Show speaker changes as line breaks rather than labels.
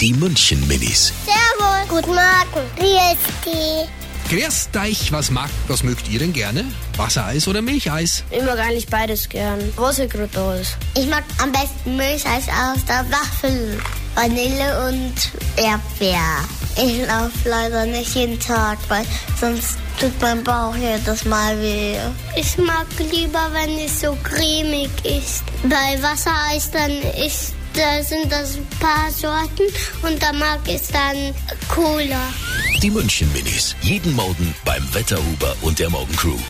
Die München Minis.
Servus. Guten Morgen. Wie ist die?
Grüßt euch, was mag, was mögt ihr denn gerne? Wassereis oder Milcheis?
Ich mag eigentlich beides gern. Was ich gerade da ist.
Ich mag am besten Milcheis aus der Waffel. Vanille und Erdbeer. Ich laufe leider nicht jeden Tag, weil sonst tut mein Bauch jedes Mal weh. Ich mag lieber, wenn es so cremig ist. Bei Wassereis dann ist, da sind das ein paar Sorten und da mag ich dann Cola.
Die München Minis. Jeden Morgen beim Wetterhuber und der Morgencrew.